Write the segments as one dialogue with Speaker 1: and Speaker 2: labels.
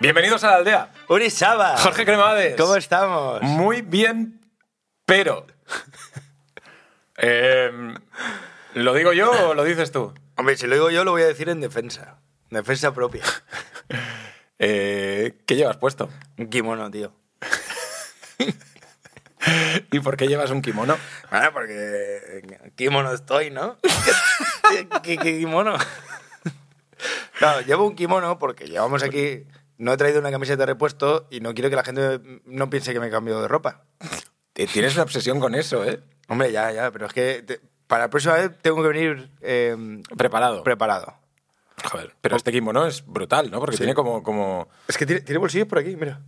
Speaker 1: Bienvenidos a la aldea.
Speaker 2: Uri Saba.
Speaker 1: Jorge Cremades.
Speaker 2: ¿Cómo estamos?
Speaker 1: Muy bien, pero. Em, ¿Lo digo yo o lo dices tú?
Speaker 2: Hombre, si lo digo yo, lo voy a decir en defensa. Defensa propia.
Speaker 1: Eh, ¿Qué llevas puesto?
Speaker 2: Un kimono, tío.
Speaker 1: ¿Y por qué llevas un kimono?
Speaker 2: Bueno, porque kimono estoy, ¿no? ¿Qué, qué kimono? No, llevo un kimono porque llevamos aquí... No he traído una camiseta de repuesto y no quiero que la gente no piense que me he cambiado de ropa.
Speaker 1: Te- Eh, Tienes una obsesión con eso, ¿eh?
Speaker 2: Hombre, ya, ya, pero es que te- para la próxima vez tengo que venir eh,
Speaker 1: Preparado.
Speaker 2: preparado.
Speaker 1: Joder, pero este kimono es brutal, ¿no? Porque
Speaker 2: Sí.
Speaker 1: tiene como. como...
Speaker 2: Es que tiene, tiene bolsillos por aquí, mira.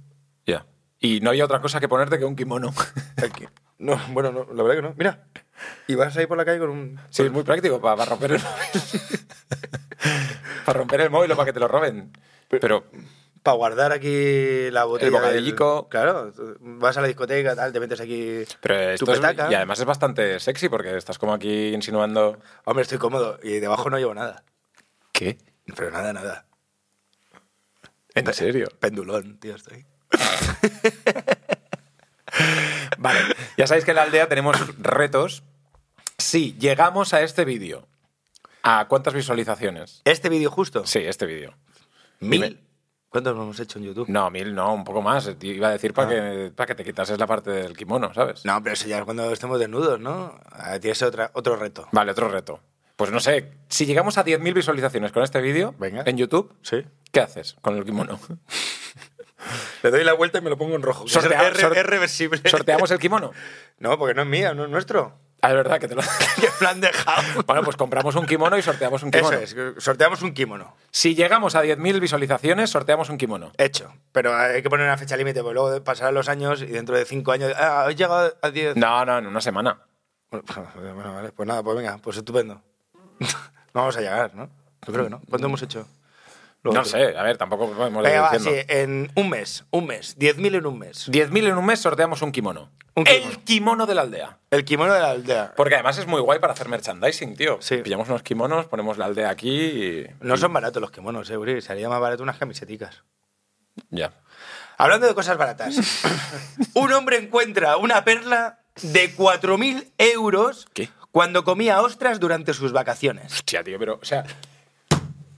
Speaker 1: Ya. Y no había otra cosa que ponerte que un kimono.
Speaker 2: Aquí. No, bueno, no, la verdad que no. Mira. Y vas ahí por la calle con un...
Speaker 1: Sí, es muy práctico para, romper el móvil. para romper el móvil o para que te lo roben. Pero
Speaker 2: Para guardar aquí la botella. del-
Speaker 1: bocadillico.
Speaker 2: Claro, vas a la discoteca, tal, te metes aquí
Speaker 1: Pero
Speaker 2: tu
Speaker 1: esto es-
Speaker 2: petaca.
Speaker 1: y además es bastante sexy porque estás como aquí insinuando.
Speaker 2: Hombre, estoy cómodo y debajo no llevo nada.
Speaker 1: ¿Qué?
Speaker 2: Pero nada, nada.
Speaker 1: ¿En serio?
Speaker 2: Pendulón, tío, estoy.
Speaker 1: Vale, ya sabéis que en la aldea tenemos retos. Si llegamos a este vídeo, ¿a cuántas visualizaciones?
Speaker 2: ¿Este vídeo justo?
Speaker 1: Sí, este vídeo.
Speaker 2: ¿Mil? ¿Cuántos hemos hecho en YouTube?
Speaker 1: No, mil no, un poco más. Te iba a decir para que, para que te quitases la parte del kimono, ¿sabes?
Speaker 2: No, pero eso ya es cuando estemos desnudos, ¿no? Ah, Tienes otra, otro reto.
Speaker 1: Vale, otro reto. Pues no sé, si llegamos a 10.000 visualizaciones con este vídeo
Speaker 2: Venga.
Speaker 1: en YouTube,
Speaker 2: Sí.
Speaker 1: ¿qué haces con el kimono?
Speaker 2: Le doy la vuelta y me lo pongo en rojo. que es-
Speaker 1: Sortea-
Speaker 2: es, re-
Speaker 1: sor-
Speaker 2: es reversible.
Speaker 1: ¿Sorteamos el kimono?
Speaker 2: No, porque no es mío, no es nuestro.
Speaker 1: Ah, es verdad que te lo...
Speaker 2: ¿Qué plan dejado?
Speaker 1: Bueno, pues compramos un kimono y sorteamos un
Speaker 2: Eso
Speaker 1: kimono.
Speaker 2: es, sorteamos un kimono.
Speaker 1: Si llegamos a 10.000 visualizaciones, sorteamos un kimono.
Speaker 2: Hecho. Pero hay que poner una fecha límite, porque luego pasarán los años y dentro de cinco años. Ah, hoy llegado a 10.
Speaker 1: No, no, en una semana.
Speaker 2: Bueno, bueno, vale, pues nada, pues venga, pues estupendo. no vamos a llegar, ¿no? Yo creo que no. ¿Cuánto hemos hecho? Luego
Speaker 1: No
Speaker 2: te-
Speaker 1: sé, a ver, tampoco podemos
Speaker 2: Venga,
Speaker 1: ir
Speaker 2: va,
Speaker 1: diciendo.
Speaker 2: sí, en un mes, un mes, 10.000 en un mes.
Speaker 1: 10.000 en un mes sorteamos un kimono.
Speaker 2: Un kimono.
Speaker 1: El kimono de la aldea.
Speaker 2: El kimono de la aldea.
Speaker 1: Porque además es muy guay para hacer merchandising, tío.
Speaker 2: Sí.
Speaker 1: Pillamos unos kimonos, ponemos la aldea aquí y...
Speaker 2: No son baratos los kimonos, eh, Uri. Sería más barato unas camiseticas.
Speaker 1: Ya.
Speaker 2: Hablando de cosas baratas, un hombre encuentra una perla de 4.000 euros
Speaker 1: ¿Qué?
Speaker 2: cuando comía ostras durante sus vacaciones.
Speaker 1: Hostia, tío, pero, o sea...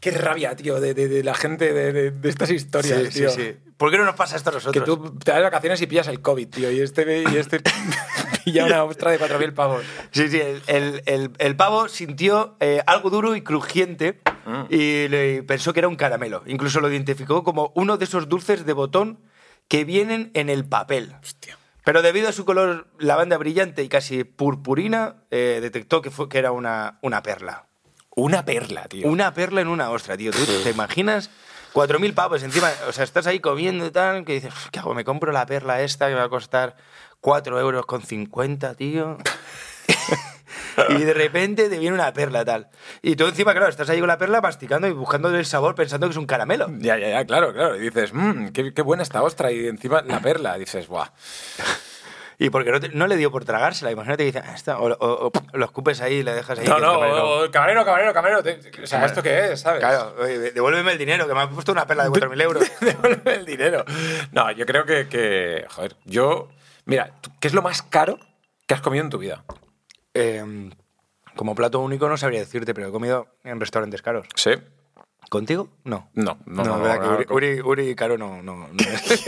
Speaker 1: Qué rabia, tío, de, de- de la gente de, de- de estas historias,
Speaker 2: Sí, sí,
Speaker 1: tío.
Speaker 2: sí. ¿Por qué no nos pasa esto a
Speaker 1: Que
Speaker 2: nosotros?
Speaker 1: tú te das vacaciones y pillas el COVID, tío, y este, y este pilla una ostra de 4.000 pavos.
Speaker 2: Sí, sí, el, el- el- el pavo sintió eh, algo duro y crujiente y, le- y pensó que era un caramelo. Incluso lo identificó como uno de esos dulces de botón que vienen en el papel.
Speaker 1: Hostia.
Speaker 2: Pero debido a su color lavanda brillante y casi purpurina, eh, detectó que, fue, que era una, una perla.
Speaker 1: Una perla, tío.
Speaker 2: Una perla en una ostra, tío. ¿Tú te imaginas? 4.000 pavos encima. O sea, estás ahí comiendo y tal, que dices, "Uf, ¿qué hago? Me compro la perla esta que me va a costar 4 euros con 50, tío. y de repente te viene una perla tal. Y tú encima, claro, estás ahí con la perla masticando y buscando el sabor pensando que es un caramelo.
Speaker 1: Ya, ya, ya, claro, claro. Y dices, mmm, qué, qué buena esta ostra. Y encima la perla. Dices, guau.
Speaker 2: Y porque no, te- no le dio por tragársela. Imagínate que dices, "Ah, esta", o, o- o lo escupes ahí y la dejas ahí.
Speaker 1: No,
Speaker 2: que
Speaker 1: no,
Speaker 2: toma,
Speaker 1: o- o- camarero, camarero, camarero. te- o sea, ¿esto qué es, sabes?
Speaker 2: Claro, oye, devuélveme el dinero, que me ha puesto una perla de 4.000 euros.
Speaker 1: Devuelve el dinero. No, yo creo que, que- Joder, yo. Mira, ¿tú- ¿qué es lo más caro que has comido en tu vida?
Speaker 2: Eh, como plato único no sabría decirte, pero he comido en restaurantes caros.
Speaker 1: Sí.
Speaker 2: ¿Contigo? No.
Speaker 1: No, no, no,
Speaker 2: verdad
Speaker 1: no,
Speaker 2: que
Speaker 1: no,
Speaker 2: Uri,
Speaker 1: no.
Speaker 2: Uri- Uri Caro no, no, no es.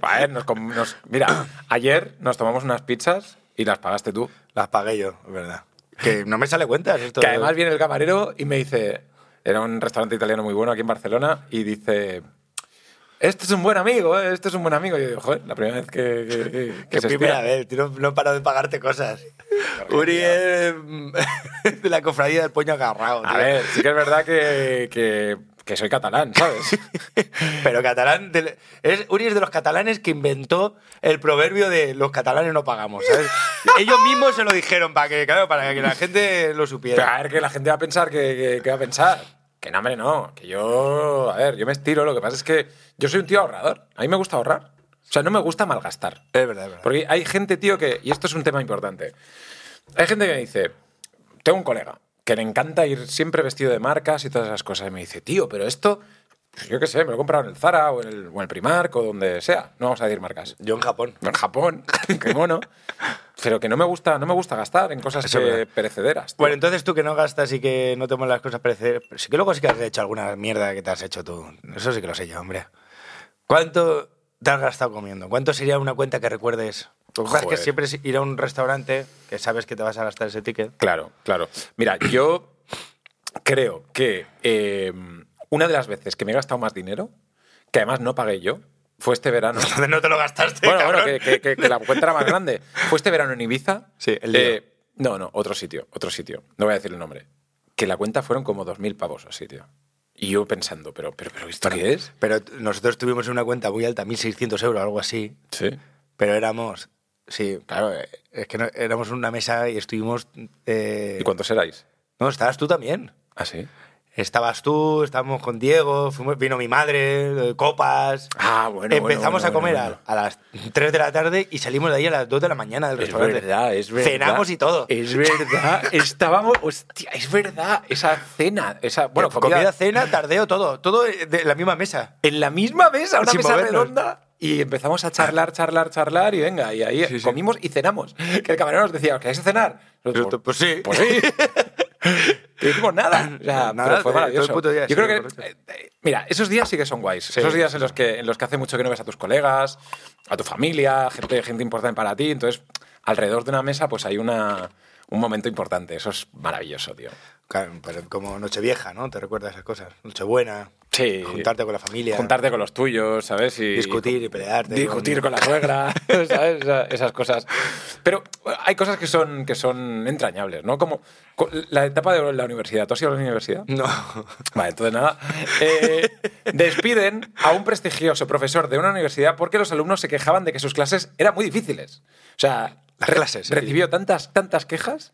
Speaker 1: A ver, nos, com- nos- Mira, ayer nos tomamos unas pizzas y las pagaste tú.
Speaker 2: Las pagué yo, es verdad. Que no me sale cuentas esto.
Speaker 1: Que además viene el camarero y me dice, era un restaurante italiano muy bueno aquí en Barcelona, y dice, este es un buen amigo, eh, este es un buen amigo. Y yo digo, joder, la primera vez que, que, que- que
Speaker 2: Que
Speaker 1: se
Speaker 2: primera
Speaker 1: espera".
Speaker 2: vez, tío, no, no paro de pagarte cosas. Uri es mm, de la cofradía del puño agarrado.
Speaker 1: A
Speaker 2: tío.
Speaker 1: ver, sí que es verdad que, que, que soy catalán, ¿sabes?
Speaker 2: Pero catalán. del- es, Uri es de los catalanes que inventó el proverbio de los catalanes no pagamos. ¿sabes? Ellos mismos se lo dijeron para que, claro, para que la gente lo
Speaker 1: Pero
Speaker 2: supiera.
Speaker 1: a ver, que la gente va a pensar, que, que- que va a pensar. Que no, hombre, no. Que yo, a ver, yo me estiro. Lo que pasa es que yo soy un tío ahorrador. A mí me gusta ahorrar. O sea, no me gusta malgastar.
Speaker 2: Es verdad, es verdad.
Speaker 1: Porque hay gente, tío, que. Y esto es un tema importante. Hay gente que me dice. Tengo un colega que le encanta ir siempre vestido de marcas y todas esas cosas. Y me dice, tío, pero esto. pues yo qué sé, me lo he comprado en el Zara o en el, o en el Primark o donde sea. No vamos a decir marcas.
Speaker 2: Yo en Japón.
Speaker 1: En Japón, qué mono. Pero que no me gusta, no me gusta gastar en cosas
Speaker 2: Eso es
Speaker 1: que
Speaker 2: verdad.
Speaker 1: perecederas. tío.
Speaker 2: Bueno, entonces tú que no gastas y que no tomas las cosas parece... Sí que luego sí que has hecho alguna mierda que te has hecho tú. Eso sí que lo sé yo, hombre. ¿Cuánto te has gastado comiendo? ¿Cuánto sería una cuenta que recuerdes? Lo que pasa es que
Speaker 1: Joder.
Speaker 2: siempre es ir a un restaurante que sabes que te vas a gastar ese ticket.
Speaker 1: Claro, claro. Mira, yo creo que eh, una de las veces que me he gastado más dinero, que además no pagué yo, fue este verano.
Speaker 2: Entonces no te lo gastaste,
Speaker 1: bueno, bueno,
Speaker 2: cabrón.
Speaker 1: que, que- que- que la cuenta era más grande. Fue este verano en Ibiza. Eh,
Speaker 2: Sí, el lío.
Speaker 1: no, no, otro sitio, otro sitio. No voy a decir el nombre. Que la cuenta fueron como 2.000 pavos así, tío. Y yo pensando, pero, pero, pero ¿esto qué es?
Speaker 2: Pero t- nosotros tuvimos una cuenta muy alta, 1.600 euros, algo así.
Speaker 1: Sí.
Speaker 2: Pero éramos... Sí, claro, eh, es que no- éramos una mesa y estuvimos... eh,
Speaker 1: ¿Y cuántos erais?
Speaker 2: No, estabas tú también.
Speaker 1: Ah, sí.
Speaker 2: Estabas tú, estábamos con Diego, fuimos- vino mi madre, eh, copas.
Speaker 1: Ah, bueno, bueno,
Speaker 2: Empezamos
Speaker 1: bueno,
Speaker 2: a comer
Speaker 1: bueno,
Speaker 2: A, a las 3 de la tarde y salimos de ahí a las 2 de la mañana del
Speaker 1: Es
Speaker 2: restaurante.
Speaker 1: verdad, es verdad. Eh,
Speaker 2: Cenamos y todo.
Speaker 1: Es verdad, estábamos. Hostia, es verdad, esa cena, esa. Bueno, eh, comida,
Speaker 2: cena, tardeo, todo. Todo eh, de la misma mesa.
Speaker 1: en la misma mesa, una
Speaker 2: Sin
Speaker 1: mesa
Speaker 2: movernos.
Speaker 1: redonda. Y empezamos a charlar, charlar, charlar, y venga, y ahí
Speaker 2: Sí, sí.
Speaker 1: comimos y cenamos. Que el camarero nos decía, ¿os queréis cenar? Nosotros,
Speaker 2: Pues sí.
Speaker 1: Pues sí. No hicimos nada. O sea,
Speaker 2: Nada, eh,
Speaker 1: pero
Speaker 2: todo
Speaker 1: fue
Speaker 2: el
Speaker 1: maravilloso.
Speaker 2: puto día, sí,
Speaker 1: Yo creo que.
Speaker 2: correcto.
Speaker 1: eh, eh, mira, esos días sí que son guays. Esos días en los, que, en los que hace mucho que no ves a tus colegas, a tu familia, gente, gente importante para ti. Entonces, alrededor de una mesa, pues hay una, un momento importante. Eso es maravilloso, tío.
Speaker 2: Claro, pero como Nochevieja, ¿no? Te recuerdas esas cosas. Nochebuena.
Speaker 1: Sí.
Speaker 2: Juntarte con la familia.
Speaker 1: Juntarte con los tuyos, ¿sabes? Y
Speaker 2: Discutir y pelearte.
Speaker 1: Discutir con la suegra, ¿sabes? Esa- esas cosas. Pero bueno, hay cosas que son, que son entrañables, ¿no? Como co- la etapa de la universidad. ¿Tú has ido a la universidad?
Speaker 2: No.
Speaker 1: Vale, entonces nada. Eh, despiden a un prestigioso profesor de una universidad porque los alumnos se quejaban de que sus clases eran muy difíciles. O sea,
Speaker 2: Las
Speaker 1: re-
Speaker 2: clases, sí.
Speaker 1: recibió tantas, tantas quejas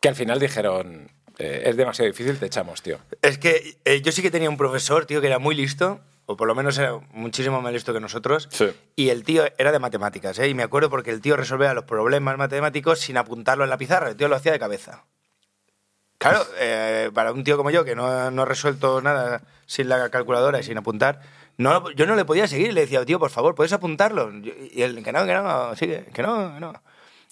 Speaker 1: que al final dijeron, eh, es demasiado difícil, te echamos, tío.
Speaker 2: Es que eh, yo sí que tenía un profesor, tío, que era muy listo, o por lo menos era muchísimo más listo que nosotros.
Speaker 1: Sí.
Speaker 2: Y el tío era de matemáticas, ¿eh? Y me acuerdo porque el tío resolvía los problemas matemáticos sin apuntarlo en la pizarra, el tío lo hacía de cabeza. Claro, eh, para un tío como yo, que no, no ha resuelto nada sin la calculadora y sin apuntar, no, yo no le podía seguir. Le decía, tío, por favor, ¿puedes apuntarlo? Y él, que no, que no, sigue, que no, que no.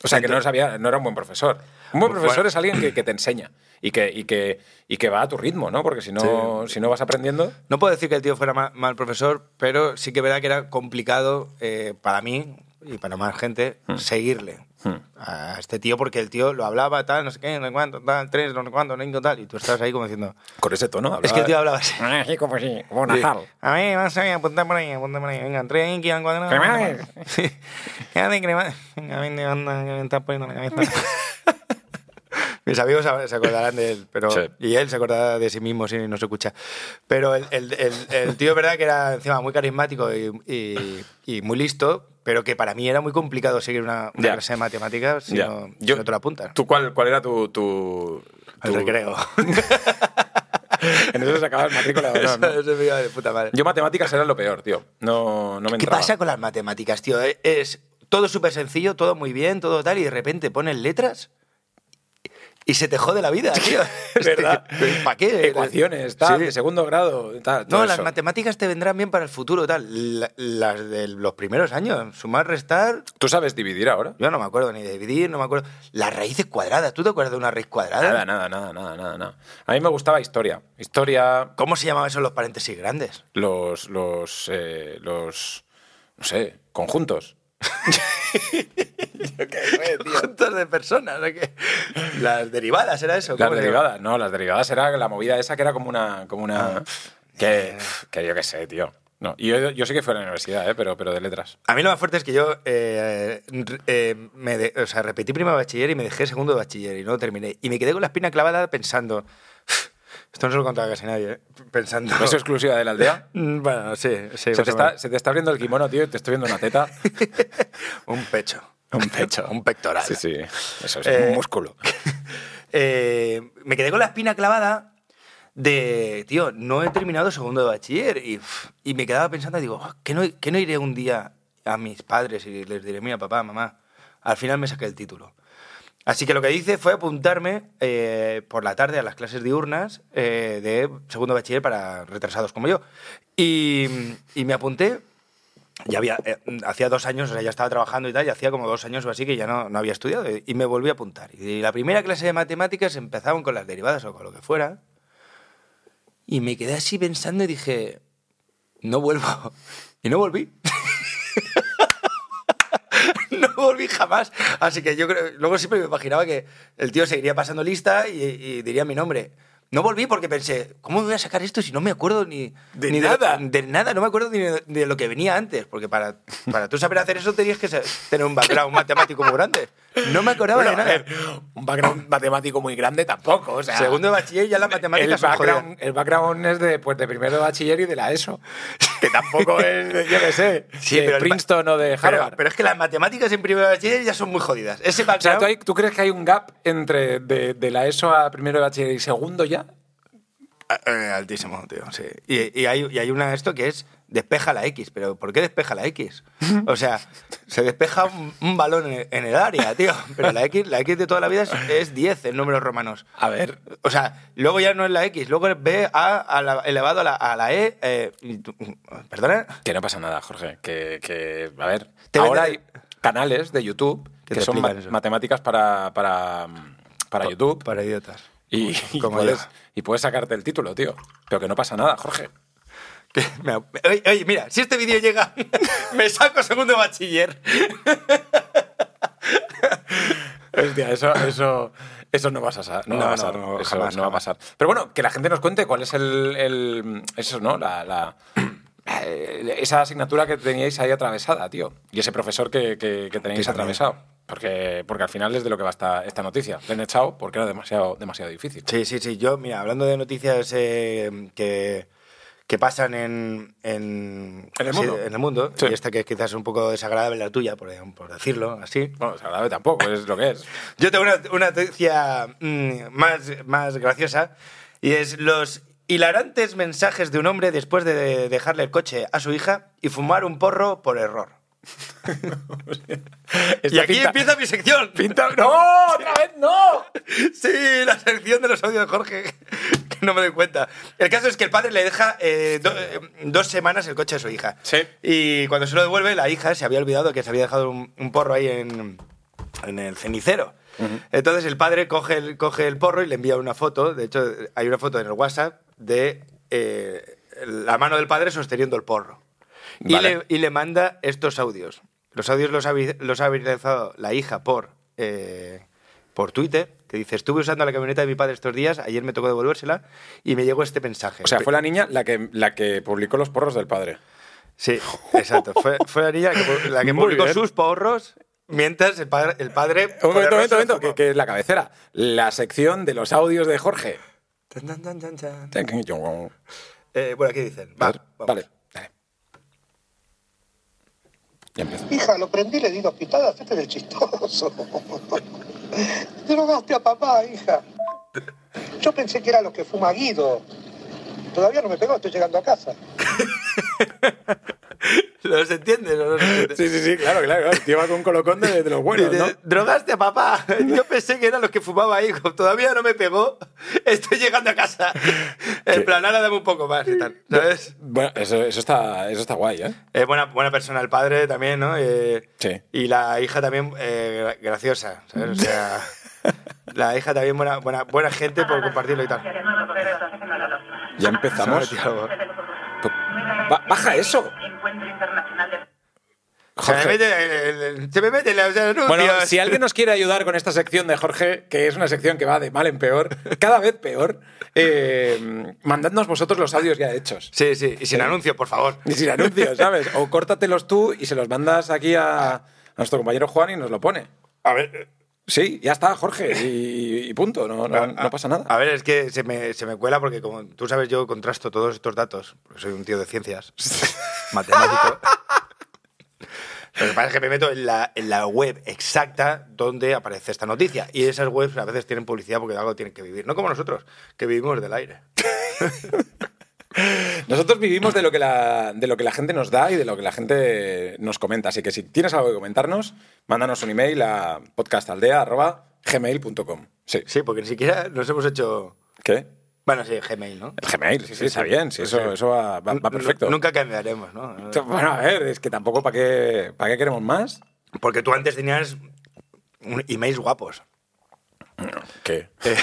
Speaker 1: O sea, que no, sabía, no era un buen profesor. Un buen profesor
Speaker 2: Bueno.
Speaker 1: es alguien que, que te enseña y que, y, que, y que va a tu ritmo, ¿no? Porque si no, si no vas aprendiendo...
Speaker 2: No puedo decir que el tío fuera ma- mal, profesor, pero sí que es verdad que era complicado eh, para mí y para más gente seguirle
Speaker 1: Hmm.
Speaker 2: a este tío porque el tío lo hablaba tal, no sé qué, no sé cuánto, tal, tres, no sé cuánto, no sé cuánto, tal, y tú estabas ahí como diciendo...
Speaker 1: Con ese tono.
Speaker 2: Es que el tío hablaba así.
Speaker 1: Ah, sí, como sí, como
Speaker 2: Sí.
Speaker 1: Natal.
Speaker 2: A ver, vamos a ver, apunta por ahí, apunta por ahí. Venga, tres aquí, van cuatro.
Speaker 1: Cremades.
Speaker 2: Sí. Quédate cremades. Venga, vente, anda, que me estás poniendo la cabeza. Mis amigos se se acordarán de él, pero.
Speaker 1: Sí.
Speaker 2: Y él se acordará de sí mismo si no se escucha. Pero el, el- el- el tío, es verdad que era encima muy carismático y, y- y muy listo, pero que para mí era muy complicado seguir una, una
Speaker 1: Ya.
Speaker 2: clase de matemáticas si,
Speaker 1: Ya.
Speaker 2: no, si
Speaker 1: Yo-
Speaker 2: no te lo apuntan.
Speaker 1: ¿Tú cuál, cuál era tu... tu,
Speaker 2: Al
Speaker 1: tu-
Speaker 2: recreo.
Speaker 1: En eso sacabas matrícula de honor, ¿no?
Speaker 2: Eso- eso me iba de puta madre.
Speaker 1: Yo matemáticas era lo peor, tío. No, no me
Speaker 2: ¿Qué
Speaker 1: entraba.
Speaker 2: pasa con las matemáticas, tío? Eh, Es todo súper sencillo, todo muy bien, todo tal, y de repente pones letras y se te jode la vida, tío.
Speaker 1: ¿Verdad?
Speaker 2: ¿Para qué?
Speaker 1: Ecuaciones, tal,
Speaker 2: Sí.
Speaker 1: de segundo grado, tal. todo
Speaker 2: No, las
Speaker 1: eso.
Speaker 2: matemáticas te vendrán bien para el futuro, tal. La- las de los primeros años, sumar, restar,
Speaker 1: ¿Tú sabes dividir ahora?
Speaker 2: yo no me acuerdo ni de dividir, no me acuerdo. Las raíces cuadradas, ¿tú te acuerdas de una raíz cuadrada?
Speaker 1: Nada, nada, nada, nada, nada, nada. A mí me gustaba historia. Historia,
Speaker 2: ¿Cómo se llamaban esos los paréntesis grandes?
Speaker 1: los, los, eh, los, no sé, conjuntos.
Speaker 2: Juntos de personas, ¿no? ¿Qué? Las derivadas, ¿era eso?
Speaker 1: Las
Speaker 2: ¿Cómo se llama?
Speaker 1: derivadas, no, las derivadas era la movida esa que era como una, como
Speaker 2: Ah.
Speaker 1: una,
Speaker 2: Eh.
Speaker 1: que, que yo qué sé, tío. No, y yo, yo sí que fui a la universidad, eh, pero, pero de letras.
Speaker 2: A mí lo más fuerte es que yo eh, re- eh, me de- o sea, repetí primero de bachiller y me dejé segundo de bachiller y no lo terminé. Y me quedé con la espina clavada pensando. Esto no se lo contaba casi nadie, ¿eh? Pensando.
Speaker 1: ¿No es exclusiva de la aldea?
Speaker 2: Mm, Bueno, sí, sí.
Speaker 1: Se te,
Speaker 2: más o
Speaker 1: está,
Speaker 2: menos.
Speaker 1: se te está abriendo el kimono, tío, y te estoy viendo una teta.
Speaker 2: Un pecho.
Speaker 1: Un pecho.
Speaker 2: Un pectoral.
Speaker 1: Sí, sí. Eso es
Speaker 2: Eh,
Speaker 1: un músculo.
Speaker 2: Eh, me quedé con la espina clavada de, tío, no he terminado segundo de bachiller. Y, uf, y me quedaba pensando, digo, "Oh, ¿qué no, qué no iré un día a mis padres y les diré, mira, papá, mamá? Al final me saqué el título. Así que lo que hice fue apuntarme eh, por la tarde a las clases diurnas eh, de segundo de bachiller para retrasados como yo. Y, y me apunté. Ya había, eh, hacía dos años, o sea, ya estaba trabajando y tal, y hacía como dos años o así que ya no, no había estudiado. Y, y me volví a apuntar. Y la primera clase de matemáticas empezaban con las derivadas o con lo que fuera. Y me quedé así pensando y dije, no vuelvo. Y no volví. no volví jamás. Así que yo creo, luego siempre me imaginaba que el tío seguiría pasando lista y, y diría mi nombre. No volví porque pensé, ¿cómo me voy a sacar esto si no me acuerdo ni
Speaker 1: De
Speaker 2: ni
Speaker 1: nada.
Speaker 2: De, nada, no me acuerdo ni de, de lo que venía antes. Porque para, para tú saber hacer eso tenías que sa- tener un background matemático muy grande. No me acordaba
Speaker 1: Bueno, eh,
Speaker 2: de
Speaker 1: a
Speaker 2: nada.
Speaker 1: ver, un background matemático muy grande tampoco. O sea,
Speaker 2: Segundo de bachiller ya las
Speaker 1: el
Speaker 2: matemáticas ¿eh? se me jodían.
Speaker 1: background, el background es de, pues, de primero de bachiller y de la ESO. Que tampoco es, de, yo qué sé,
Speaker 2: Sí,
Speaker 1: de
Speaker 2: pero el ba-
Speaker 1: Princeton o de
Speaker 2: Pero,
Speaker 1: Harvard.
Speaker 2: pero es que las matemáticas en primero de bachiller ya son muy jodidas. Ese
Speaker 1: o sea,
Speaker 2: background...
Speaker 1: ¿tú, hay- ¿tú crees que hay un gap entre de, de la ESO a primero de bachiller y segundo ya?
Speaker 2: Ah, eh, Altísimo, tío, sí. Y, y hay, y hay una de esto que es despeja la X, pero ¿por qué despeja la X? O sea, se despeja un, un balón en, en el área, tío. Pero la X, la X de toda la vida es, es 10 en números romanos.
Speaker 1: A ver,
Speaker 2: O sea, luego ya no es la X, luego es B, A, a la- elevado a la, a la E. eh, y tú- ¿Perdona?
Speaker 1: Que no pasa nada, Jorge. Que, que a ver,
Speaker 2: Te
Speaker 1: ahora hay
Speaker 2: venden-
Speaker 1: canales de YouTube
Speaker 2: Que
Speaker 1: que,
Speaker 2: te
Speaker 1: son
Speaker 2: explican
Speaker 1: ma-
Speaker 2: eso.
Speaker 1: matemáticas para, para, para YouTube
Speaker 2: Para idiotas.
Speaker 1: y, y
Speaker 2: como
Speaker 1: puedes,
Speaker 2: yo.
Speaker 1: y puedes sacarte el título, tío. Pero que no pasa nada, Jorge.
Speaker 2: Que me- oye, oye, mira, si este vídeo llega, me saco segundo de bachiller.
Speaker 1: Hostia, eso, eso, eso no va a pasar. No,
Speaker 2: No,
Speaker 1: va a pasar.
Speaker 2: no,
Speaker 1: eso
Speaker 2: jamás,
Speaker 1: no va a
Speaker 2: jamás.
Speaker 1: pasar. Pero bueno, que la gente nos cuente cuál es el. el- eso, ¿no? La, la- eh, esa asignatura que teníais ahí atravesada, tío. Y ese profesor que, que, que teníais
Speaker 2: Que también.
Speaker 1: atravesado. Porque, porque al final es de lo que va esta, esta noticia. Le han echado porque era demasiado, demasiado difícil.
Speaker 2: Sí, sí, sí. Yo, mira, hablando de noticias eh, que, que pasan en, en,
Speaker 1: En el
Speaker 2: sí,
Speaker 1: mundo.
Speaker 2: en el mundo,
Speaker 1: Sí.
Speaker 2: y esta que es quizás un poco desagradable la tuya, por, por decirlo así.
Speaker 1: Bueno, desagradable tampoco, es lo que es.
Speaker 2: Yo tengo una, una noticia mm, más, más graciosa, y es los hilarantes mensajes de un hombre después de dejarle el coche a su hija y fumar un porro por error. y aquí empieza mi sección.
Speaker 1: Pinta... ¡No! ¡Otra vez no!
Speaker 2: Sí, la sección de los audios de Jorge, que no me doy cuenta. El caso es que el padre le deja eh, do- eh, dos semanas el coche a su hija.
Speaker 1: Sí.
Speaker 2: Y cuando se lo devuelve, la hija se había olvidado que se había dejado un, un porro ahí en, en el cenicero. Entonces el padre coge el, coge el porro y le envía una foto. De hecho, hay una foto en el WhatsApp de eh, la mano del padre sosteniendo el porro. Y,
Speaker 1: Vale.
Speaker 2: le, y le manda estos audios. Los audios los ha, vi- los ha viralizado la hija por, eh, por Twitter, que dice, estuve usando la camioneta de mi padre estos días, ayer me tocó devolvérsela y me llegó este mensaje.
Speaker 1: O sea, fue la niña la que, la que publicó los porros del padre.
Speaker 2: Sí, exacto. Fue, fue la niña la que, pu- la que
Speaker 1: Muy
Speaker 2: publicó
Speaker 1: bien.
Speaker 2: sus porros mientras el, padre- el padre... por
Speaker 1: Un momento,
Speaker 2: error
Speaker 1: momento,
Speaker 2: se lo
Speaker 1: momento, que,
Speaker 2: fumó.
Speaker 1: que es la cabecera. La sección de los audios de Jorge.
Speaker 2: Tan, tan, tan, tan, tan.
Speaker 1: Vale,
Speaker 2: Eh, bueno, aquí dicen. Va, vamos.
Speaker 1: vale. dale. Ya empieza.
Speaker 3: Hija, lo prendí y le di dos pitadas, este es el chistoso. Drogaste a papá, hija. Yo pensé que era lo que fuma Guido. Todavía no me pegó, estoy llegando a casa.
Speaker 2: ¿Los entiendes o no los entiendes?
Speaker 1: Sí, sí, sí, claro, claro. El tío va con colocón de, de los buenos, ¿no?
Speaker 2: Dice, Drogaste a papá. Yo pensé que era los que fumaba ahí. Como Todavía no me pegó. Estoy llegando a casa. En plan, ahora dame un poco más y tal. ¿Sabes?
Speaker 1: Bueno, eso, eso, está, eso está guay, ¿eh?
Speaker 2: Eh, buena, buena persona el padre también, ¿no? Eh,
Speaker 1: Sí.
Speaker 2: Y la hija también eh, gra- graciosa, ¿sabes? O sea, la hija también buena, buena, buena gente por compartirlo y tal.
Speaker 1: Ya empezamos.
Speaker 2: Se me ha metido algo.
Speaker 1: Ba- ¡Baja eso!
Speaker 4: Encuentro internacional de...
Speaker 2: Se me
Speaker 1: Jorge.
Speaker 2: mete, el- el- se me mete los anuncios.
Speaker 1: Bueno, si alguien nos quiere ayudar con esta sección de Jorge, que es una sección que va de mal en peor, cada vez peor, eh, mandadnos vosotros los audios ya hechos.
Speaker 2: Sí, sí, y sin anuncios, por favor.
Speaker 1: Y sin anuncios, ¿sabes? O córtatelos tú y se los mandas aquí a, a nuestro compañero Juan y nos lo pone.
Speaker 2: A ver,
Speaker 1: Sí, ya está, Jorge, y, y punto, no, no- no pasa nada.
Speaker 2: A ver, es que se me, se me cuela porque, como tú sabes, yo contrasto todos estos datos, porque soy un tío de ciencias, matemático. Lo que pasa es que me meto en la, en la web exacta donde aparece esta noticia. Y esas webs a veces tienen publicidad porque de algo tienen que vivir. No como nosotros, que vivimos del aire.
Speaker 1: Nosotros vivimos de lo, que la, de lo que la gente nos da y de lo que la gente nos comenta. Así que si tienes algo que comentarnos, mándanos un email a podcastaldea.gmail.com. Sí.
Speaker 2: Sí, porque ni siquiera nos hemos hecho
Speaker 1: ¿Qué?
Speaker 2: Bueno, sí, Gmail, ¿no?
Speaker 1: El Gmail, sí, sí, está bien. Sí, eso, eso va, va- va perfecto.
Speaker 2: Nunca cambiaremos, ¿no?
Speaker 1: Bueno, a ver, es que tampoco para qué, para qué queremos más.
Speaker 2: Porque tú antes tenías un- emails guapos.
Speaker 1: ¿Qué?
Speaker 2: Eh,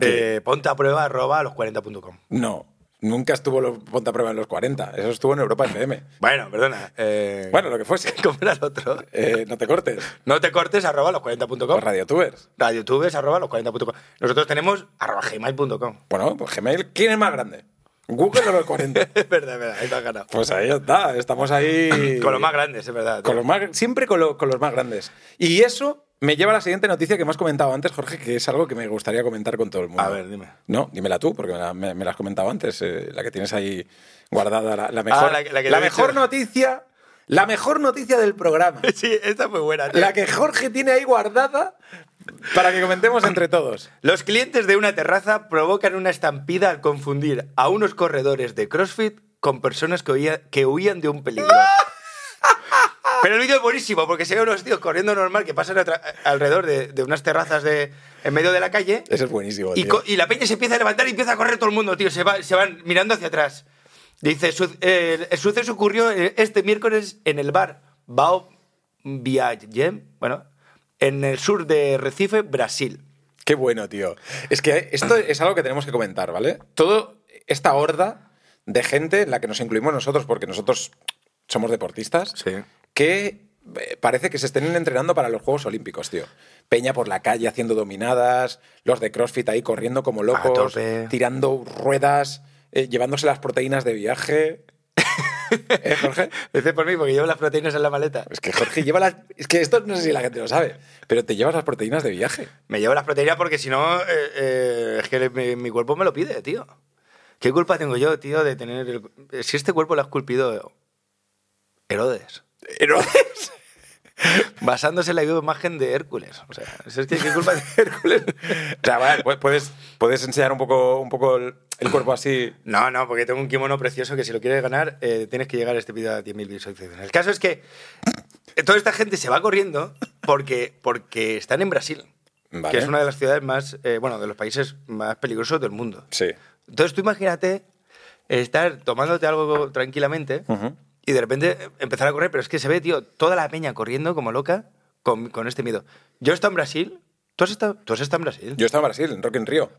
Speaker 2: eh, ponte a prueba arroba los40.com.
Speaker 1: No, nunca estuvo los Ponte a Prueba en los 40. Eso estuvo en Europa FM.
Speaker 2: Bueno, perdona. eh,
Speaker 1: Bueno, lo que fuese.
Speaker 2: ¿Cómo era el otro?
Speaker 1: Eh, no te cortes.
Speaker 2: No te cortes arroba los40.com.
Speaker 1: Los radiotubers.
Speaker 2: Radiotubes arroba los40.com. Nosotros tenemos arroba gmail.com.
Speaker 1: Bueno, pues Gmail, ¿quién es más grande? Google o los 40.
Speaker 2: Es verdad, es verdad, ahí te has ganado.
Speaker 1: Pues ahí está, estamos ahí.
Speaker 2: Con los más grandes, es verdad. tío.
Speaker 1: Con los más- siempre con, lo- con los más grandes. Y eso me lleva a la siguiente noticia que me has comentado antes, Jorge, que es algo que me gustaría comentar con todo el mundo.
Speaker 2: A ver, dime.
Speaker 1: No, dímela tú, porque me la, me- me la has comentado antes, eh, la que tienes ahí guardada, la, la mejor,
Speaker 2: Ah, la que- la que te he
Speaker 1: mejor
Speaker 2: dicho.
Speaker 1: noticia, la mejor noticia del programa,
Speaker 2: Sí, esta fue buena. tío.
Speaker 1: la que Jorge tiene ahí guardada para que comentemos entre todos.
Speaker 2: Los clientes de una terraza provocan una estampida al confundir a unos corredores de CrossFit con personas que, huía- que huían de un peligro. Pero el vídeo es buenísimo porque se ve a unos tíos corriendo normal que pasan atra- alrededor de, de unas terrazas de, en medio de la calle
Speaker 1: Eso es buenísimo.
Speaker 2: y,
Speaker 1: tío.
Speaker 2: co- y la peña se empieza a levantar y empieza a correr todo el mundo, tío. Se, va- se van mirando hacia atrás. Dice, "Su- eh, el suceso ocurrió eh, este miércoles en el bar Bao Viagem, bueno, en el sur de Recife, Brasil.
Speaker 1: Qué bueno, tío. Es que esto es algo que tenemos que comentar, ¿vale? Todo esta horda de gente, en la que nos incluimos nosotros, porque nosotros somos deportistas,
Speaker 2: Sí.
Speaker 1: que eh, parece que se estén entrenando para los Juegos Olímpicos, tío. Peña por la calle haciendo dominadas, los de CrossFit ahí corriendo como locos,
Speaker 2: tope.
Speaker 1: tirando ruedas, eh, llevándose las proteínas de viaje. ¿Eh, Jorge?
Speaker 2: Dice por mí, porque llevo las proteínas en la maleta.
Speaker 1: Es que Jorge lleva las... Es que esto no sé si la gente lo sabe, pero te llevas las proteínas de viaje.
Speaker 2: Me llevo las proteínas porque si no, eh, eh, es que mi, mi cuerpo me lo pide, tío. ¿Qué culpa tengo yo, tío, de tener... el- Si este cuerpo lo ha esculpido Herodes,
Speaker 1: Eh, Herodes.
Speaker 2: basándose en la imagen de Hércules. O sea, si es que ¿qué culpa tiene Hércules?
Speaker 1: O sea, vale, pu- puedes, puedes enseñar un poco, un poco el, el cuerpo así.
Speaker 2: No, no, porque tengo un kimono precioso que si lo quieres ganar, eh, tienes que llegar a este vídeo a 10.000 visualizaciones. El caso es que eh, toda esta gente se va corriendo porque, porque están en Brasil,
Speaker 1: Vale.
Speaker 2: que es una de las ciudades más, eh, bueno, de los países más peligrosos del mundo.
Speaker 1: Sí.
Speaker 2: Entonces tú imagínate eh, estar tomándote algo tranquilamente
Speaker 1: Ujú.
Speaker 2: y de repente eh, empezar a correr, pero es que se ve, tío, toda la peña corriendo como loca con, con este miedo. Yo he estado en Brasil. ¿Tú has estado, tú has estado en Brasil?
Speaker 1: Yo estaba en Brasil, en Rock in Río.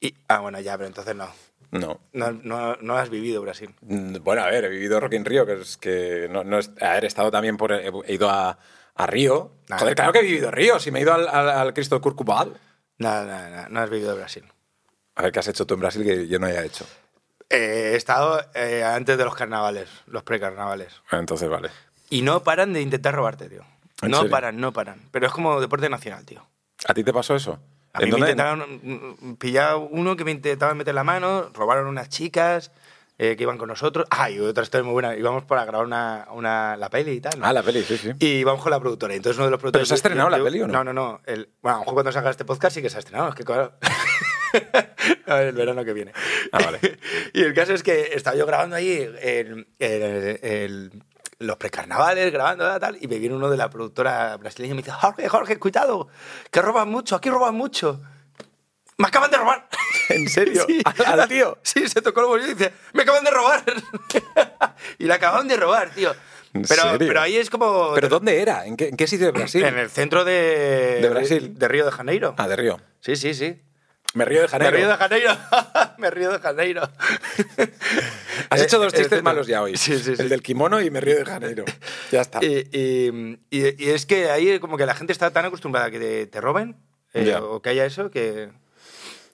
Speaker 2: Y- ah, bueno, ya, pero entonces no.
Speaker 1: No.
Speaker 2: No, no, no has vivido Brasil.
Speaker 1: Mm, Bueno, a ver, he vivido Rock in Rio, que es que no, no es- a ver, he estado también por he, he ido a, a Río.
Speaker 2: Ah.
Speaker 1: Joder, claro que he vivido Río, si me he ido al, al, al Cristo de Curcubal.
Speaker 2: No, no, no, no has vivido Brasil.
Speaker 1: A ver, ¿qué has hecho tú en Brasil que yo no haya hecho?
Speaker 2: Eh, he estado eh, antes de los carnavales, los precarnavales.
Speaker 1: Ah, Entonces, vale.
Speaker 2: Y no paran de intentar robarte, tío.
Speaker 1: ¿En
Speaker 2: No
Speaker 1: serio?
Speaker 2: paran, no paran. Pero es como deporte nacional, tío.
Speaker 1: ¿A ti te pasó eso?
Speaker 2: A
Speaker 1: ¿En
Speaker 2: mí me
Speaker 1: dónde?
Speaker 2: intentaron mm, pillar uno que me intentaban meter la mano, robaron unas chicas eh, que iban con nosotros. Ah, y otra historia muy buena. Íbamos para grabar una, una- la peli y tal. ¿no?
Speaker 1: Ah, la peli, sí, sí.
Speaker 2: Y íbamos con la productora. y Entonces uno de los productores...
Speaker 1: se ha estrenado la peli o no?
Speaker 2: No, no, no. El, bueno, a lo mejor cuando salga este podcast sí que se ha estrenado. Es que claro... a ver, el verano que viene.
Speaker 1: Ah, vale.
Speaker 2: y el caso es que estaba yo grabando ahí el- el- el- los precarnavales, grabando tal, tal, y me viene uno de la productora brasileña y me dice, Jorge, Jorge, cuidado, que roban mucho, aquí roban mucho. Me acaban de robar.
Speaker 1: ¿En serio?
Speaker 2: Sí.
Speaker 1: ¿Al, al tío?
Speaker 2: Sí, se tocó el bolsillo y dice, me acaban de robar. y le acaban de robar, tío.
Speaker 1: ¿En
Speaker 2: Pero,
Speaker 1: serio?
Speaker 2: pero ahí es como...
Speaker 1: ¿Pero dónde era? ¿En qué, en qué sitio de Brasil?
Speaker 2: En el centro de...
Speaker 1: De Brasil.
Speaker 2: De Río de Janeiro.
Speaker 1: Ah, de Río.
Speaker 2: Sí, sí, sí.
Speaker 1: Me río de
Speaker 2: Me
Speaker 1: Janeiro.
Speaker 2: río de Janeiro. me río de Janeiro.
Speaker 1: Has
Speaker 2: Eh,
Speaker 1: hecho dos
Speaker 2: el
Speaker 1: chistes
Speaker 2: centro.
Speaker 1: malos ya hoy.
Speaker 2: Sí, sí, sí.
Speaker 1: El del kimono y me río de Janeiro. Ya está.
Speaker 2: Y, y- y- y es que ahí como que la gente está tan acostumbrada a que te, te roben eh,
Speaker 1: Ya.
Speaker 2: o que haya eso que...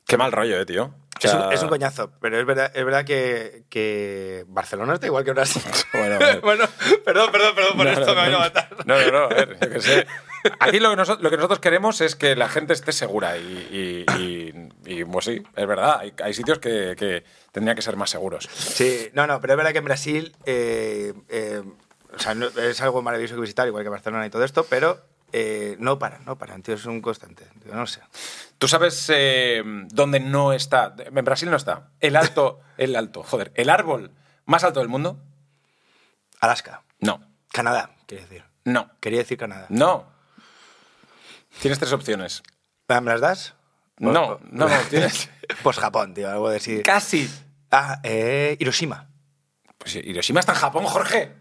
Speaker 1: Qué mal rollo, eh, tío. O
Speaker 2: Es,
Speaker 1: sea,
Speaker 2: un, es un coñazo, pero es verdad, es verdad que, que Barcelona está igual que Brasil.
Speaker 1: Bueno, a ver.
Speaker 2: Bueno, perdón, perdón, perdón, por
Speaker 1: No, no,
Speaker 2: esto me voy a
Speaker 1: no.
Speaker 2: matar.
Speaker 1: No, no, no, a ver, yo qué sé. Aquí lo que, noso- lo que nosotros queremos es que la gente esté segura y, y- y- y, pues sí, es verdad, hay, hay sitios que, que tendrían que ser más seguros.
Speaker 2: Sí, no, no, pero es verdad que en Brasil eh, eh, o sea, no- es algo maravilloso que visitar, igual que Barcelona y todo esto, pero eh, no paran, no paran, tío, es un constante, yo no sé.
Speaker 1: ¿Tú sabes eh, dónde no está? En Brasil no está. El alto, el alto, joder, el árbol más alto del mundo.
Speaker 2: Alaska,
Speaker 1: No,
Speaker 2: Canadá, quería decir.
Speaker 1: no,
Speaker 2: Quería decir Canadá.
Speaker 1: no. Tienes tres opciones.
Speaker 2: ¿Me las das?
Speaker 1: No, no, no, tienes.
Speaker 2: Pues Japón, tío, algo de así.
Speaker 1: Casi.
Speaker 2: Ah, eh, Hiroshima.
Speaker 1: Pues Hiroshima está en Japón, Jorge.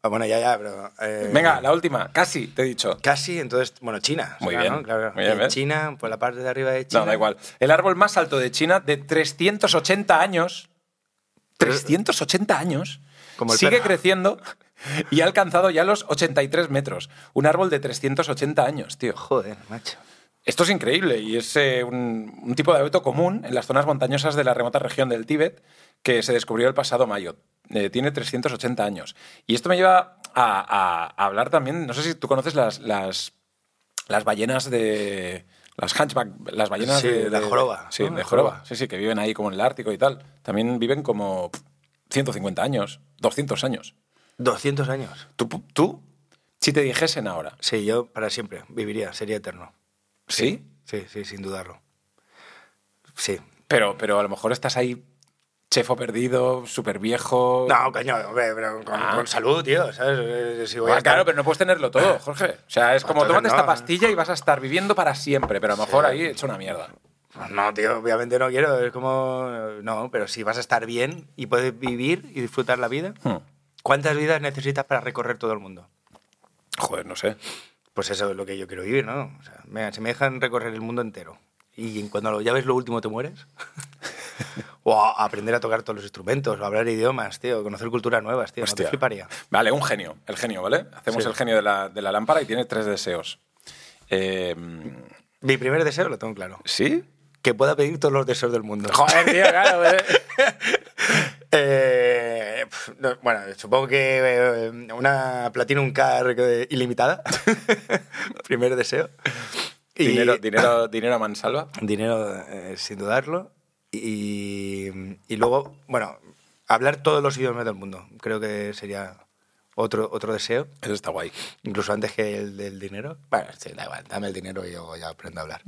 Speaker 2: Ah, bueno, ya, ya, pero... eh,
Speaker 1: Venga, la última. Casi, te he dicho.
Speaker 2: Casi, entonces, bueno, China.
Speaker 1: Muy
Speaker 2: será,
Speaker 1: bien,
Speaker 2: ¿no? Claro,
Speaker 1: muy bien,
Speaker 2: Eh,
Speaker 1: ¿ves?
Speaker 2: China, por la parte de arriba de China.
Speaker 1: No, da igual. El árbol más alto de China de 380 años. 380 años.
Speaker 2: Como el
Speaker 1: sigue
Speaker 2: perro.
Speaker 1: creciendo y ha alcanzado ya los 83 metros. Un árbol de 380 años, tío.
Speaker 2: Joder, macho.
Speaker 1: Esto es increíble y es eh, un, un tipo de hábito común en las zonas montañosas de la remota región del Tíbet que se descubrió el pasado mayo. Eh, tiene 380 años. Y esto me lleva a, a- a hablar también, no sé si tú conoces las, las, las ballenas de... Las hunchback, las ballenas
Speaker 2: Sí,
Speaker 1: de,
Speaker 2: la
Speaker 1: de-
Speaker 2: joroba,
Speaker 1: Sí,
Speaker 2: ¿no?
Speaker 1: de
Speaker 2: La
Speaker 1: joroba.
Speaker 2: joroba.
Speaker 1: Sí, sí, que viven ahí como en el Ártico y tal. También viven como pff, 150 años, 200 años.
Speaker 2: 200 años.
Speaker 1: ¿Tú, tú si te dijesen ahora,
Speaker 2: Sí, yo para siempre viviría, sería eterno.
Speaker 1: ¿sí?
Speaker 2: Sí, sí, sin dudarlo. Sí.
Speaker 1: Pero, pero a lo mejor estás ahí chefo perdido, súper viejo.
Speaker 2: No, coño, hombre, pero con,
Speaker 1: Ah.
Speaker 2: con salud, tío, ¿sabes? Eh, Si voy a estar-
Speaker 1: claro, pero no puedes tenerlo todo, Jorge. O sea, es como
Speaker 2: Entonces
Speaker 1: tómate esta
Speaker 2: no.
Speaker 1: pastilla y vas a estar viviendo para siempre, pero a lo mejor ahí he hecho una mierda.
Speaker 2: Pues No, tío, obviamente no quiero, es como... No, pero si vas a estar bien y puedes vivir y disfrutar la vida,
Speaker 1: Hmm.
Speaker 2: ¿cuántas vidas necesitas para recorrer todo el mundo?
Speaker 1: Joder, no sé.
Speaker 2: Pues eso es lo que yo quiero vivir, ¿no? O sea, venga, si me dejan recorrer el mundo entero y en cuando lo- ya ves lo último te mueres, o a- aprender a tocar todos los instrumentos, o hablar idiomas, tío, conocer culturas nuevas, tío, no
Speaker 1: Hostia.
Speaker 2: te fliparía.
Speaker 1: Vale, un genio, el genio, ¿vale? Hacemos
Speaker 2: Sí.
Speaker 1: el genio de la, de la lámpara y tiene tres deseos. Eh,
Speaker 2: Mi primer deseo lo tengo claro,
Speaker 1: ¿Sí?
Speaker 2: que pueda pedir todos los deseos del mundo.
Speaker 1: Joder, tío, claro, ¿eh?
Speaker 2: Eh, pf, no, bueno, supongo que eh, una Platinum Car eh, ilimitada. Primer deseo. Y-
Speaker 1: Dinero, dinero, dinero a mansalva.
Speaker 2: Dinero, eh, sin dudarlo. Y, y luego, bueno, hablar todos los idiomas del mundo. Creo que sería otro, otro deseo.
Speaker 1: Eso está guay.
Speaker 2: Incluso antes que el del dinero. Bueno, sí, da igual. Dame el dinero y yo ya aprendo a hablar.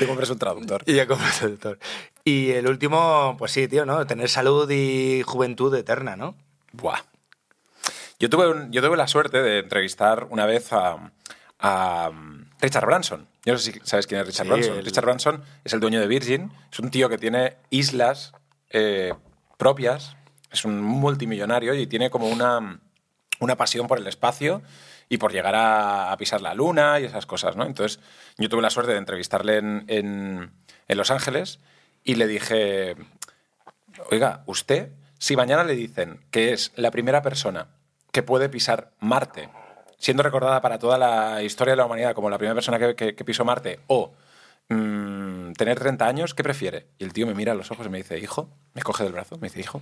Speaker 1: Te compras un traductor.
Speaker 2: Y ya como traductor. Y el último, pues sí, tío, ¿no? Tener salud y juventud eterna, ¿no?
Speaker 1: Buah. Yo tuve, un- yo tuve la suerte de entrevistar una vez a, a um, Richard Branson. Yo no sé si sabes quién es Richard
Speaker 2: Sí,
Speaker 1: Branson.
Speaker 2: el-
Speaker 1: Richard Branson es el dueño de Virgin. Es un tío que tiene islas eh, propias. Es un multimillonario y tiene como una, una pasión por el espacio y por llegar a, a pisar la luna y esas cosas, ¿no? Entonces, yo tuve la suerte de entrevistarle en- en- en Los Ángeles y le dije, Oiga, usted, si mañana le dicen que es la primera persona que puede pisar Marte, siendo recordada para toda la historia de la humanidad como la primera persona que, que- que pisó Marte, o mm, tener 30 años, ¿qué prefiere? Y el tío me mira a los ojos y me dice, hijo, me coge del brazo, me dice, hijo,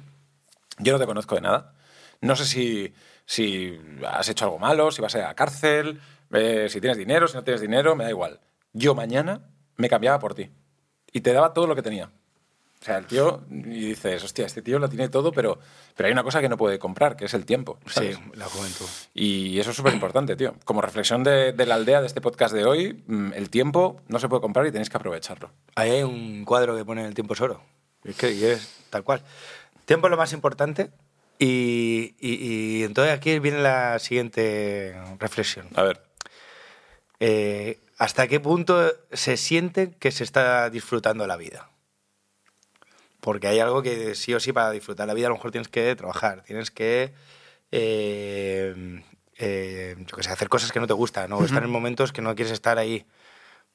Speaker 1: yo no te conozco de nada. No sé si, si has hecho algo malo, si vas a ir a la cárcel, eh, si tienes dinero, si no tienes dinero, me da igual. Yo mañana me cambiaba por ti y te daba todo lo que tenía. O sea, el tío, y dices, hostia, este tío lo tiene todo, pero, pero hay una cosa que no puede comprar, que es el tiempo. ¿sabes?
Speaker 2: la juventud.
Speaker 1: Y eso es súper importante, tío. Como reflexión de, de la aldea de este podcast de hoy, mm, el tiempo no se puede comprar y tenéis que aprovecharlo.
Speaker 2: Ahí hay un cuadro que pone el tiempo es oro. Es que y es tal cual. Tiempo es lo más importante. Y, y- y entonces aquí viene la siguiente reflexión.
Speaker 1: A ver,
Speaker 2: Eh, ¿Hasta qué punto se siente que se está disfrutando la vida? Porque hay algo que sí o sí para disfrutar la vida a lo mejor tienes que trabajar, tienes que, eh, eh, yo qué sé, hacer cosas que no te gustan, ¿no? estar en momentos que no quieres estar ahí.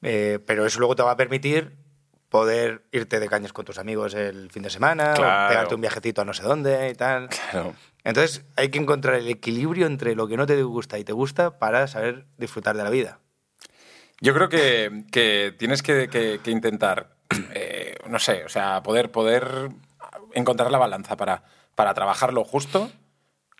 Speaker 2: Eh, pero eso luego te va a permitir poder irte de cañas con tus amigos el fin de semana,
Speaker 1: Claro.
Speaker 2: o pegarte un viajecito a no sé dónde y tal.
Speaker 1: claro.
Speaker 2: Entonces hay que encontrar el equilibrio entre lo que no te gusta y te gusta para saber disfrutar de la vida.
Speaker 1: Yo creo que, que tienes que, que- que intentar, eh, no sé, o sea, poder, poder encontrar la balanza para, para trabajar lo justo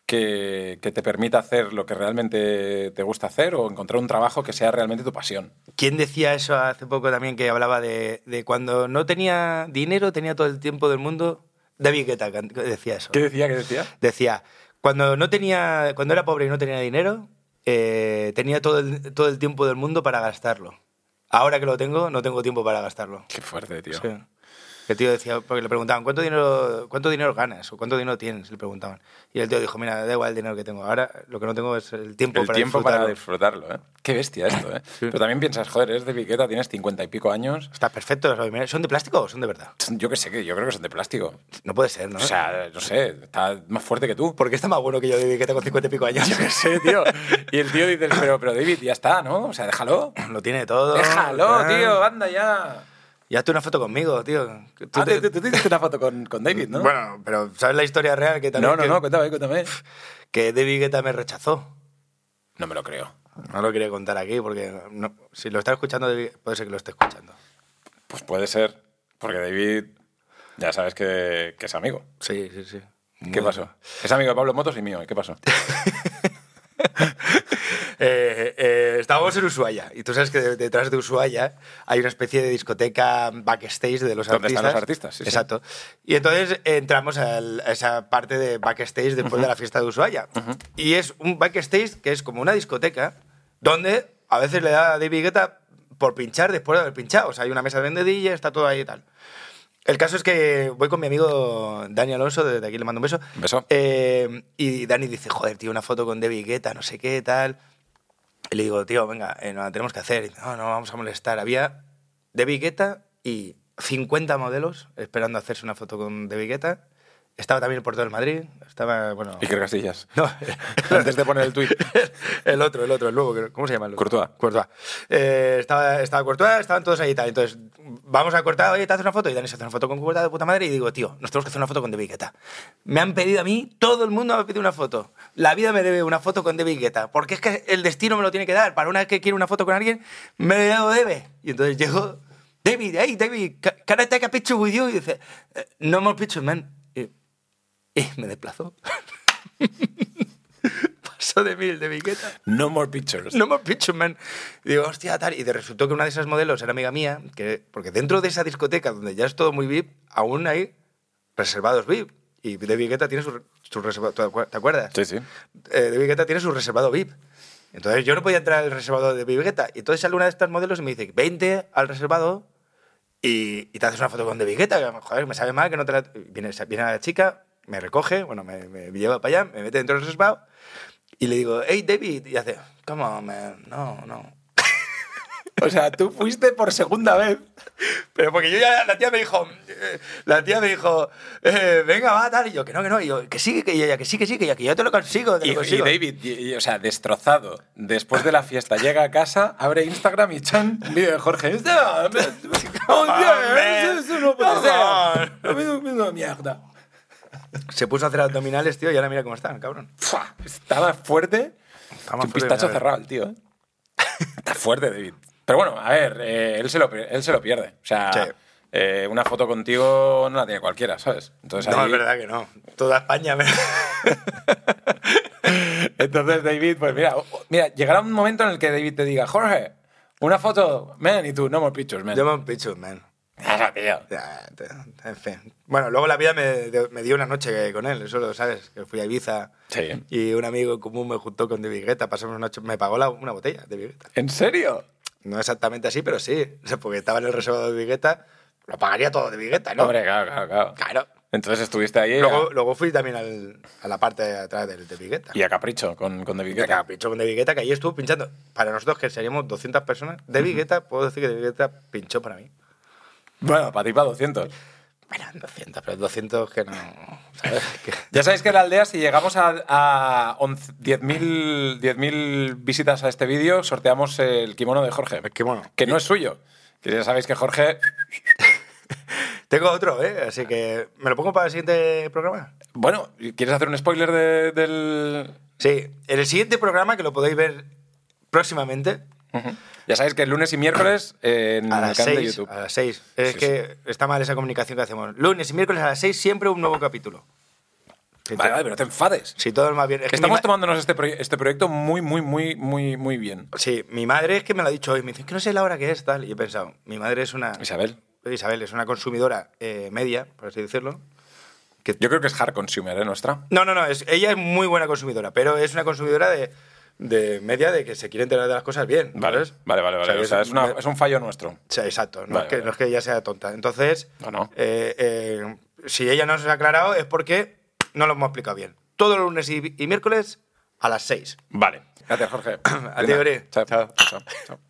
Speaker 1: que, que te permita hacer lo que realmente te gusta hacer o encontrar un trabajo que sea realmente tu pasión.
Speaker 2: ¿Quién decía eso hace poco también que hablaba de, de cuando no tenía dinero, tenía todo el tiempo del mundo? David Guetta can- decía eso.
Speaker 1: ¿Qué decía? ¿Qué decía?
Speaker 2: Decía, cuando, no tenía, cuando era pobre y no tenía dinero, eh, tenía todo el, todo el tiempo del mundo para gastarlo. Ahora que lo tengo, no tengo tiempo para gastarlo.
Speaker 1: Qué fuerte, tío.
Speaker 2: Sí. El tío decía, porque le preguntaban, ¿cuánto dinero, ¿cuánto dinero ganas o cuánto dinero tienes? Le preguntaban. Y el tío dijo, mira, da igual el dinero que tengo. Ahora lo que no tengo es el tiempo
Speaker 1: el
Speaker 2: para
Speaker 1: tiempo
Speaker 2: disfrutarlo.
Speaker 1: para disfrutarlo, ¿eh? Qué bestia esto, ¿eh? Pero también piensas, joder, eres de piqueta, tienes cincuenta y pico años.
Speaker 2: Está perfecto. los auriculares. ¿Son de plástico o son de verdad?
Speaker 1: Yo qué sé, que yo creo que son de plástico.
Speaker 2: No puede ser, ¿no?
Speaker 1: O sea, no sé, está más fuerte que tú.
Speaker 2: ¿por qué está más bueno que yo de que tengo 50 y pico años?
Speaker 1: Yo qué sé, tío. Y el tío dice, pero, pero David, ya está, ¿no? O sea, déjalo.
Speaker 2: Lo tiene todo.
Speaker 1: Déjalo,
Speaker 2: Ah.
Speaker 1: tío, anda ya.
Speaker 2: Y hazte una foto conmigo, tío. Que tú
Speaker 1: Ah,
Speaker 2: te-
Speaker 1: Tú tú- tú hiciste una foto con, con David, ¿no?
Speaker 2: Bueno, pero ¿sabes la historia real? Que también
Speaker 1: no, no,
Speaker 2: que,
Speaker 1: no, cuéntame, cuéntame.
Speaker 2: que David Guetta me rechazó.
Speaker 1: No me lo creo.
Speaker 2: No lo quería contar aquí porque no- si lo está escuchando, David- puede ser que lo esté escuchando.
Speaker 1: Pues puede ser, porque David ya sabes que, que es amigo.
Speaker 2: Sí, sí, sí.
Speaker 1: ¿Qué pasó? Es amigo de Pablo Motos y mío. ¿y ¿Qué pasó?
Speaker 2: Eh, eh, estábamos en Ushuaia y tú sabes que de- detrás de Ushuaia hay una especie de discoteca backstage de los
Speaker 1: Donde
Speaker 2: artistas.
Speaker 1: están los artistas, sí, sí.
Speaker 2: Exacto. Y entonces entramos al- a esa parte de backstage después de la fiesta de Ushuaia. Y es un backstage que es como una discoteca donde a veces le da a David Guetta por pinchar después de haber pinchado. O sea, hay una mesa de vendedilla, está todo ahí y tal. El caso es que voy con mi amigo Dani Alonso, desde aquí le mando un beso.
Speaker 1: Un beso.
Speaker 2: Eh, y Dani dice, joder, tío, una foto con David Guetta, no sé qué, tal. Y le digo, tío, venga, eh, no la tenemos que hacer. Y dice, no, no, vamos a molestar. Había David Guetta y 50 modelos esperando hacerse una foto con David Guetta. Estaba también el portero del Madrid. Estaba, bueno...
Speaker 1: Iker Casillas.
Speaker 2: No,
Speaker 1: Antes de poner el tuit.
Speaker 2: el otro, el otro, el nuevo, que- ¿cómo se llama? El otro?
Speaker 1: Courtois.
Speaker 2: Courtois. Eh, estaba, estaba Courtois, estaban todos ahí y tal. Entonces, vamos a Courtois, oye, te haces una foto. Y Dani se hace una foto con Courtois de puta madre y digo, tío, nos tenemos que hacer una foto con David Guetta. Me han pedido a mí, todo el mundo me ha pedido una foto. La vida me debe una foto con David Guetta. Porque es que el destino me lo tiene que dar. Para una vez que quiero una foto con alguien, me lo debe. Y entonces llego, David, hey, David, ca- can I take a picture with you? Y dice, "Eh, no more pictures, man. Y- y me desplazó. Pasó de mí el David Guetta.
Speaker 1: No more pictures.
Speaker 2: No more pictures, man. Y digo, hostia, tal. Y de- resultó que una de esas modelos era amiga mía, que, porque dentro de esa discoteca, donde ya es todo muy VIP, aún hay reservados VIP. Y David Guetta tiene su, su reservado, ¿te acuer- te acuerdas?
Speaker 1: Sí, sí.
Speaker 2: eh, David Guetta tiene su reservado VIP. Entonces yo no podía entrar al reservado de David Guetta. Y entonces sale una de estas modelos y me dice, vente al reservado y, y te haces una foto con David Guetta. que, Joder, me sabe mal que no te la... Viene, viene la chica, me recoge, bueno, me, me lleva para allá, me mete dentro del reservado y le digo, hey, David. Y hace, come on, man, no, no.
Speaker 1: O sea, tú fuiste por segunda vez.
Speaker 2: Pero porque yo ya, la tía me dijo, eh, la tía me dijo, eh, venga, va, tal. Y yo, que no, que no. Y yo, que sí, que, y ella, que sí, que sí, que, ya, que yo te lo consigo, te
Speaker 1: Y,
Speaker 2: lo
Speaker 1: y
Speaker 2: consigo.
Speaker 1: David, y- y, o sea, destrozado. Después de la fiesta, llega a casa, abre Instagram y chan, un vídeo de Jorge. ¡Oh,
Speaker 2: man.
Speaker 1: Dios! Eso no puede
Speaker 2: Come
Speaker 1: ser.
Speaker 2: on.
Speaker 1: Lo mismo- mismo mierda.
Speaker 2: Se puso a hacer abdominales, tío, y ahora mira cómo están, cabrón.
Speaker 1: ¡Fua! Está más fuerte
Speaker 2: Está más
Speaker 1: que un
Speaker 2: fuerte
Speaker 1: pistacho
Speaker 2: que nada.
Speaker 1: cerrado el tío. ¿eh? Está fuerte, David. Pero bueno, a ver, eh, él, se lo, él se lo pierde. O sea,
Speaker 2: Sí.
Speaker 1: eh, una foto contigo no la tiene cualquiera, ¿sabes? Entonces,
Speaker 2: No,
Speaker 1: ahí-
Speaker 2: es verdad que no. Toda España. me-
Speaker 1: Entonces, David, pues mira, o- o- mira, llegará un momento en el que David te diga, Jorge, una foto, man, y tú, no more pictures, man.
Speaker 2: Yo me picho, man.
Speaker 1: Claro, tío.
Speaker 2: Ya, te- En fin. Bueno, luego la vida me, me dio una noche con él, eso lo sabes, que fui a Ibiza.
Speaker 1: Sí.
Speaker 2: Y un amigo en común me juntó con De Vigueta, pasamos una noche, me pagó la- una botella de Vigueta.
Speaker 1: ¿En serio?
Speaker 2: No exactamente así, pero sí, O sea, porque estaba en el reservado de Vigueta, lo pagaría todo de Vigueta, ¿no?
Speaker 1: Hombre, claro, claro, claro.
Speaker 2: Claro.
Speaker 1: Entonces estuviste ahí
Speaker 2: Luego, luego fui también al- a la parte de atrás del de Vigueta.
Speaker 1: a- y a capricho con, con David
Speaker 2: Que
Speaker 1: Guetta.
Speaker 2: acá pinchó con De Vigueta, que allí estuvo pinchando. Para nosotros, que seríamos 200 personas, De Vigueta, puedo decir que De Vigueta pinchó para mí.
Speaker 1: Bueno, para ti para 200.
Speaker 2: Bueno, 200, pero 200 que no. ¿sabes? Que-
Speaker 1: Ya sabéis que en la aldea, si llegamos a, a 11 10.000 10.000 visitas a este vídeo, sorteamos el kimono de Jorge.
Speaker 2: que bueno.
Speaker 1: Que no es suyo. Que ya sabéis que Jorge.
Speaker 2: Tengo otro, ¿eh? Así que. ¿Me lo pongo para el siguiente programa?
Speaker 1: Bueno, ¿quieres hacer un spoiler de- del.?
Speaker 2: Sí, en el siguiente programa, que lo podéis ver próximamente,
Speaker 1: Ya sabéis que el lunes y miércoles eh, en
Speaker 2: a
Speaker 1: el
Speaker 2: las
Speaker 1: canal de
Speaker 2: 6.
Speaker 1: YouTube.
Speaker 2: A las 6. Es
Speaker 1: Sí,
Speaker 2: que está mal esa comunicación que hacemos. Lunes y miércoles a las 6, siempre un nuevo capítulo. Si,
Speaker 1: Vale,
Speaker 2: to-
Speaker 1: vale, pero no te enfades.
Speaker 2: si todo es más bien. es que mi
Speaker 1: Estamos
Speaker 2: ma-
Speaker 1: tomándonos este, proye- este proyecto muy, muy, muy, muy, muy bien.
Speaker 2: Sí, mi madre es que me lo ha dicho hoy. Me dice, "Es que no sé la hora que es, tal. Y he pensado, mi madre es una.
Speaker 1: Isabel.
Speaker 2: Isabel es una consumidora eh, media, por así decirlo.
Speaker 1: Yo creo que es hard consumer, ¿eh? Nuestra.
Speaker 2: No, no, no, es- ella es muy buena consumidora, pero es una consumidora de de media de que se quiere enterar de las cosas bien.
Speaker 1: Vale,
Speaker 2: ¿sabes?
Speaker 1: vale, vale. vale.
Speaker 2: O sea,
Speaker 1: O sea,
Speaker 2: es-
Speaker 1: es, una- es un fallo nuestro.
Speaker 2: O sea, exacto, no,
Speaker 1: Vale,
Speaker 2: es que,
Speaker 1: vale.
Speaker 2: no es que ella sea tonta. Entonces,
Speaker 1: No, no.
Speaker 2: eh, eh, si ella no se ha aclarado es porque no lo hemos explicado bien. Todos los lunes y, y miércoles a las 6.
Speaker 1: Vale. Gracias, Jorge.
Speaker 2: ti, Ori.
Speaker 1: Chao. Chao. Chao.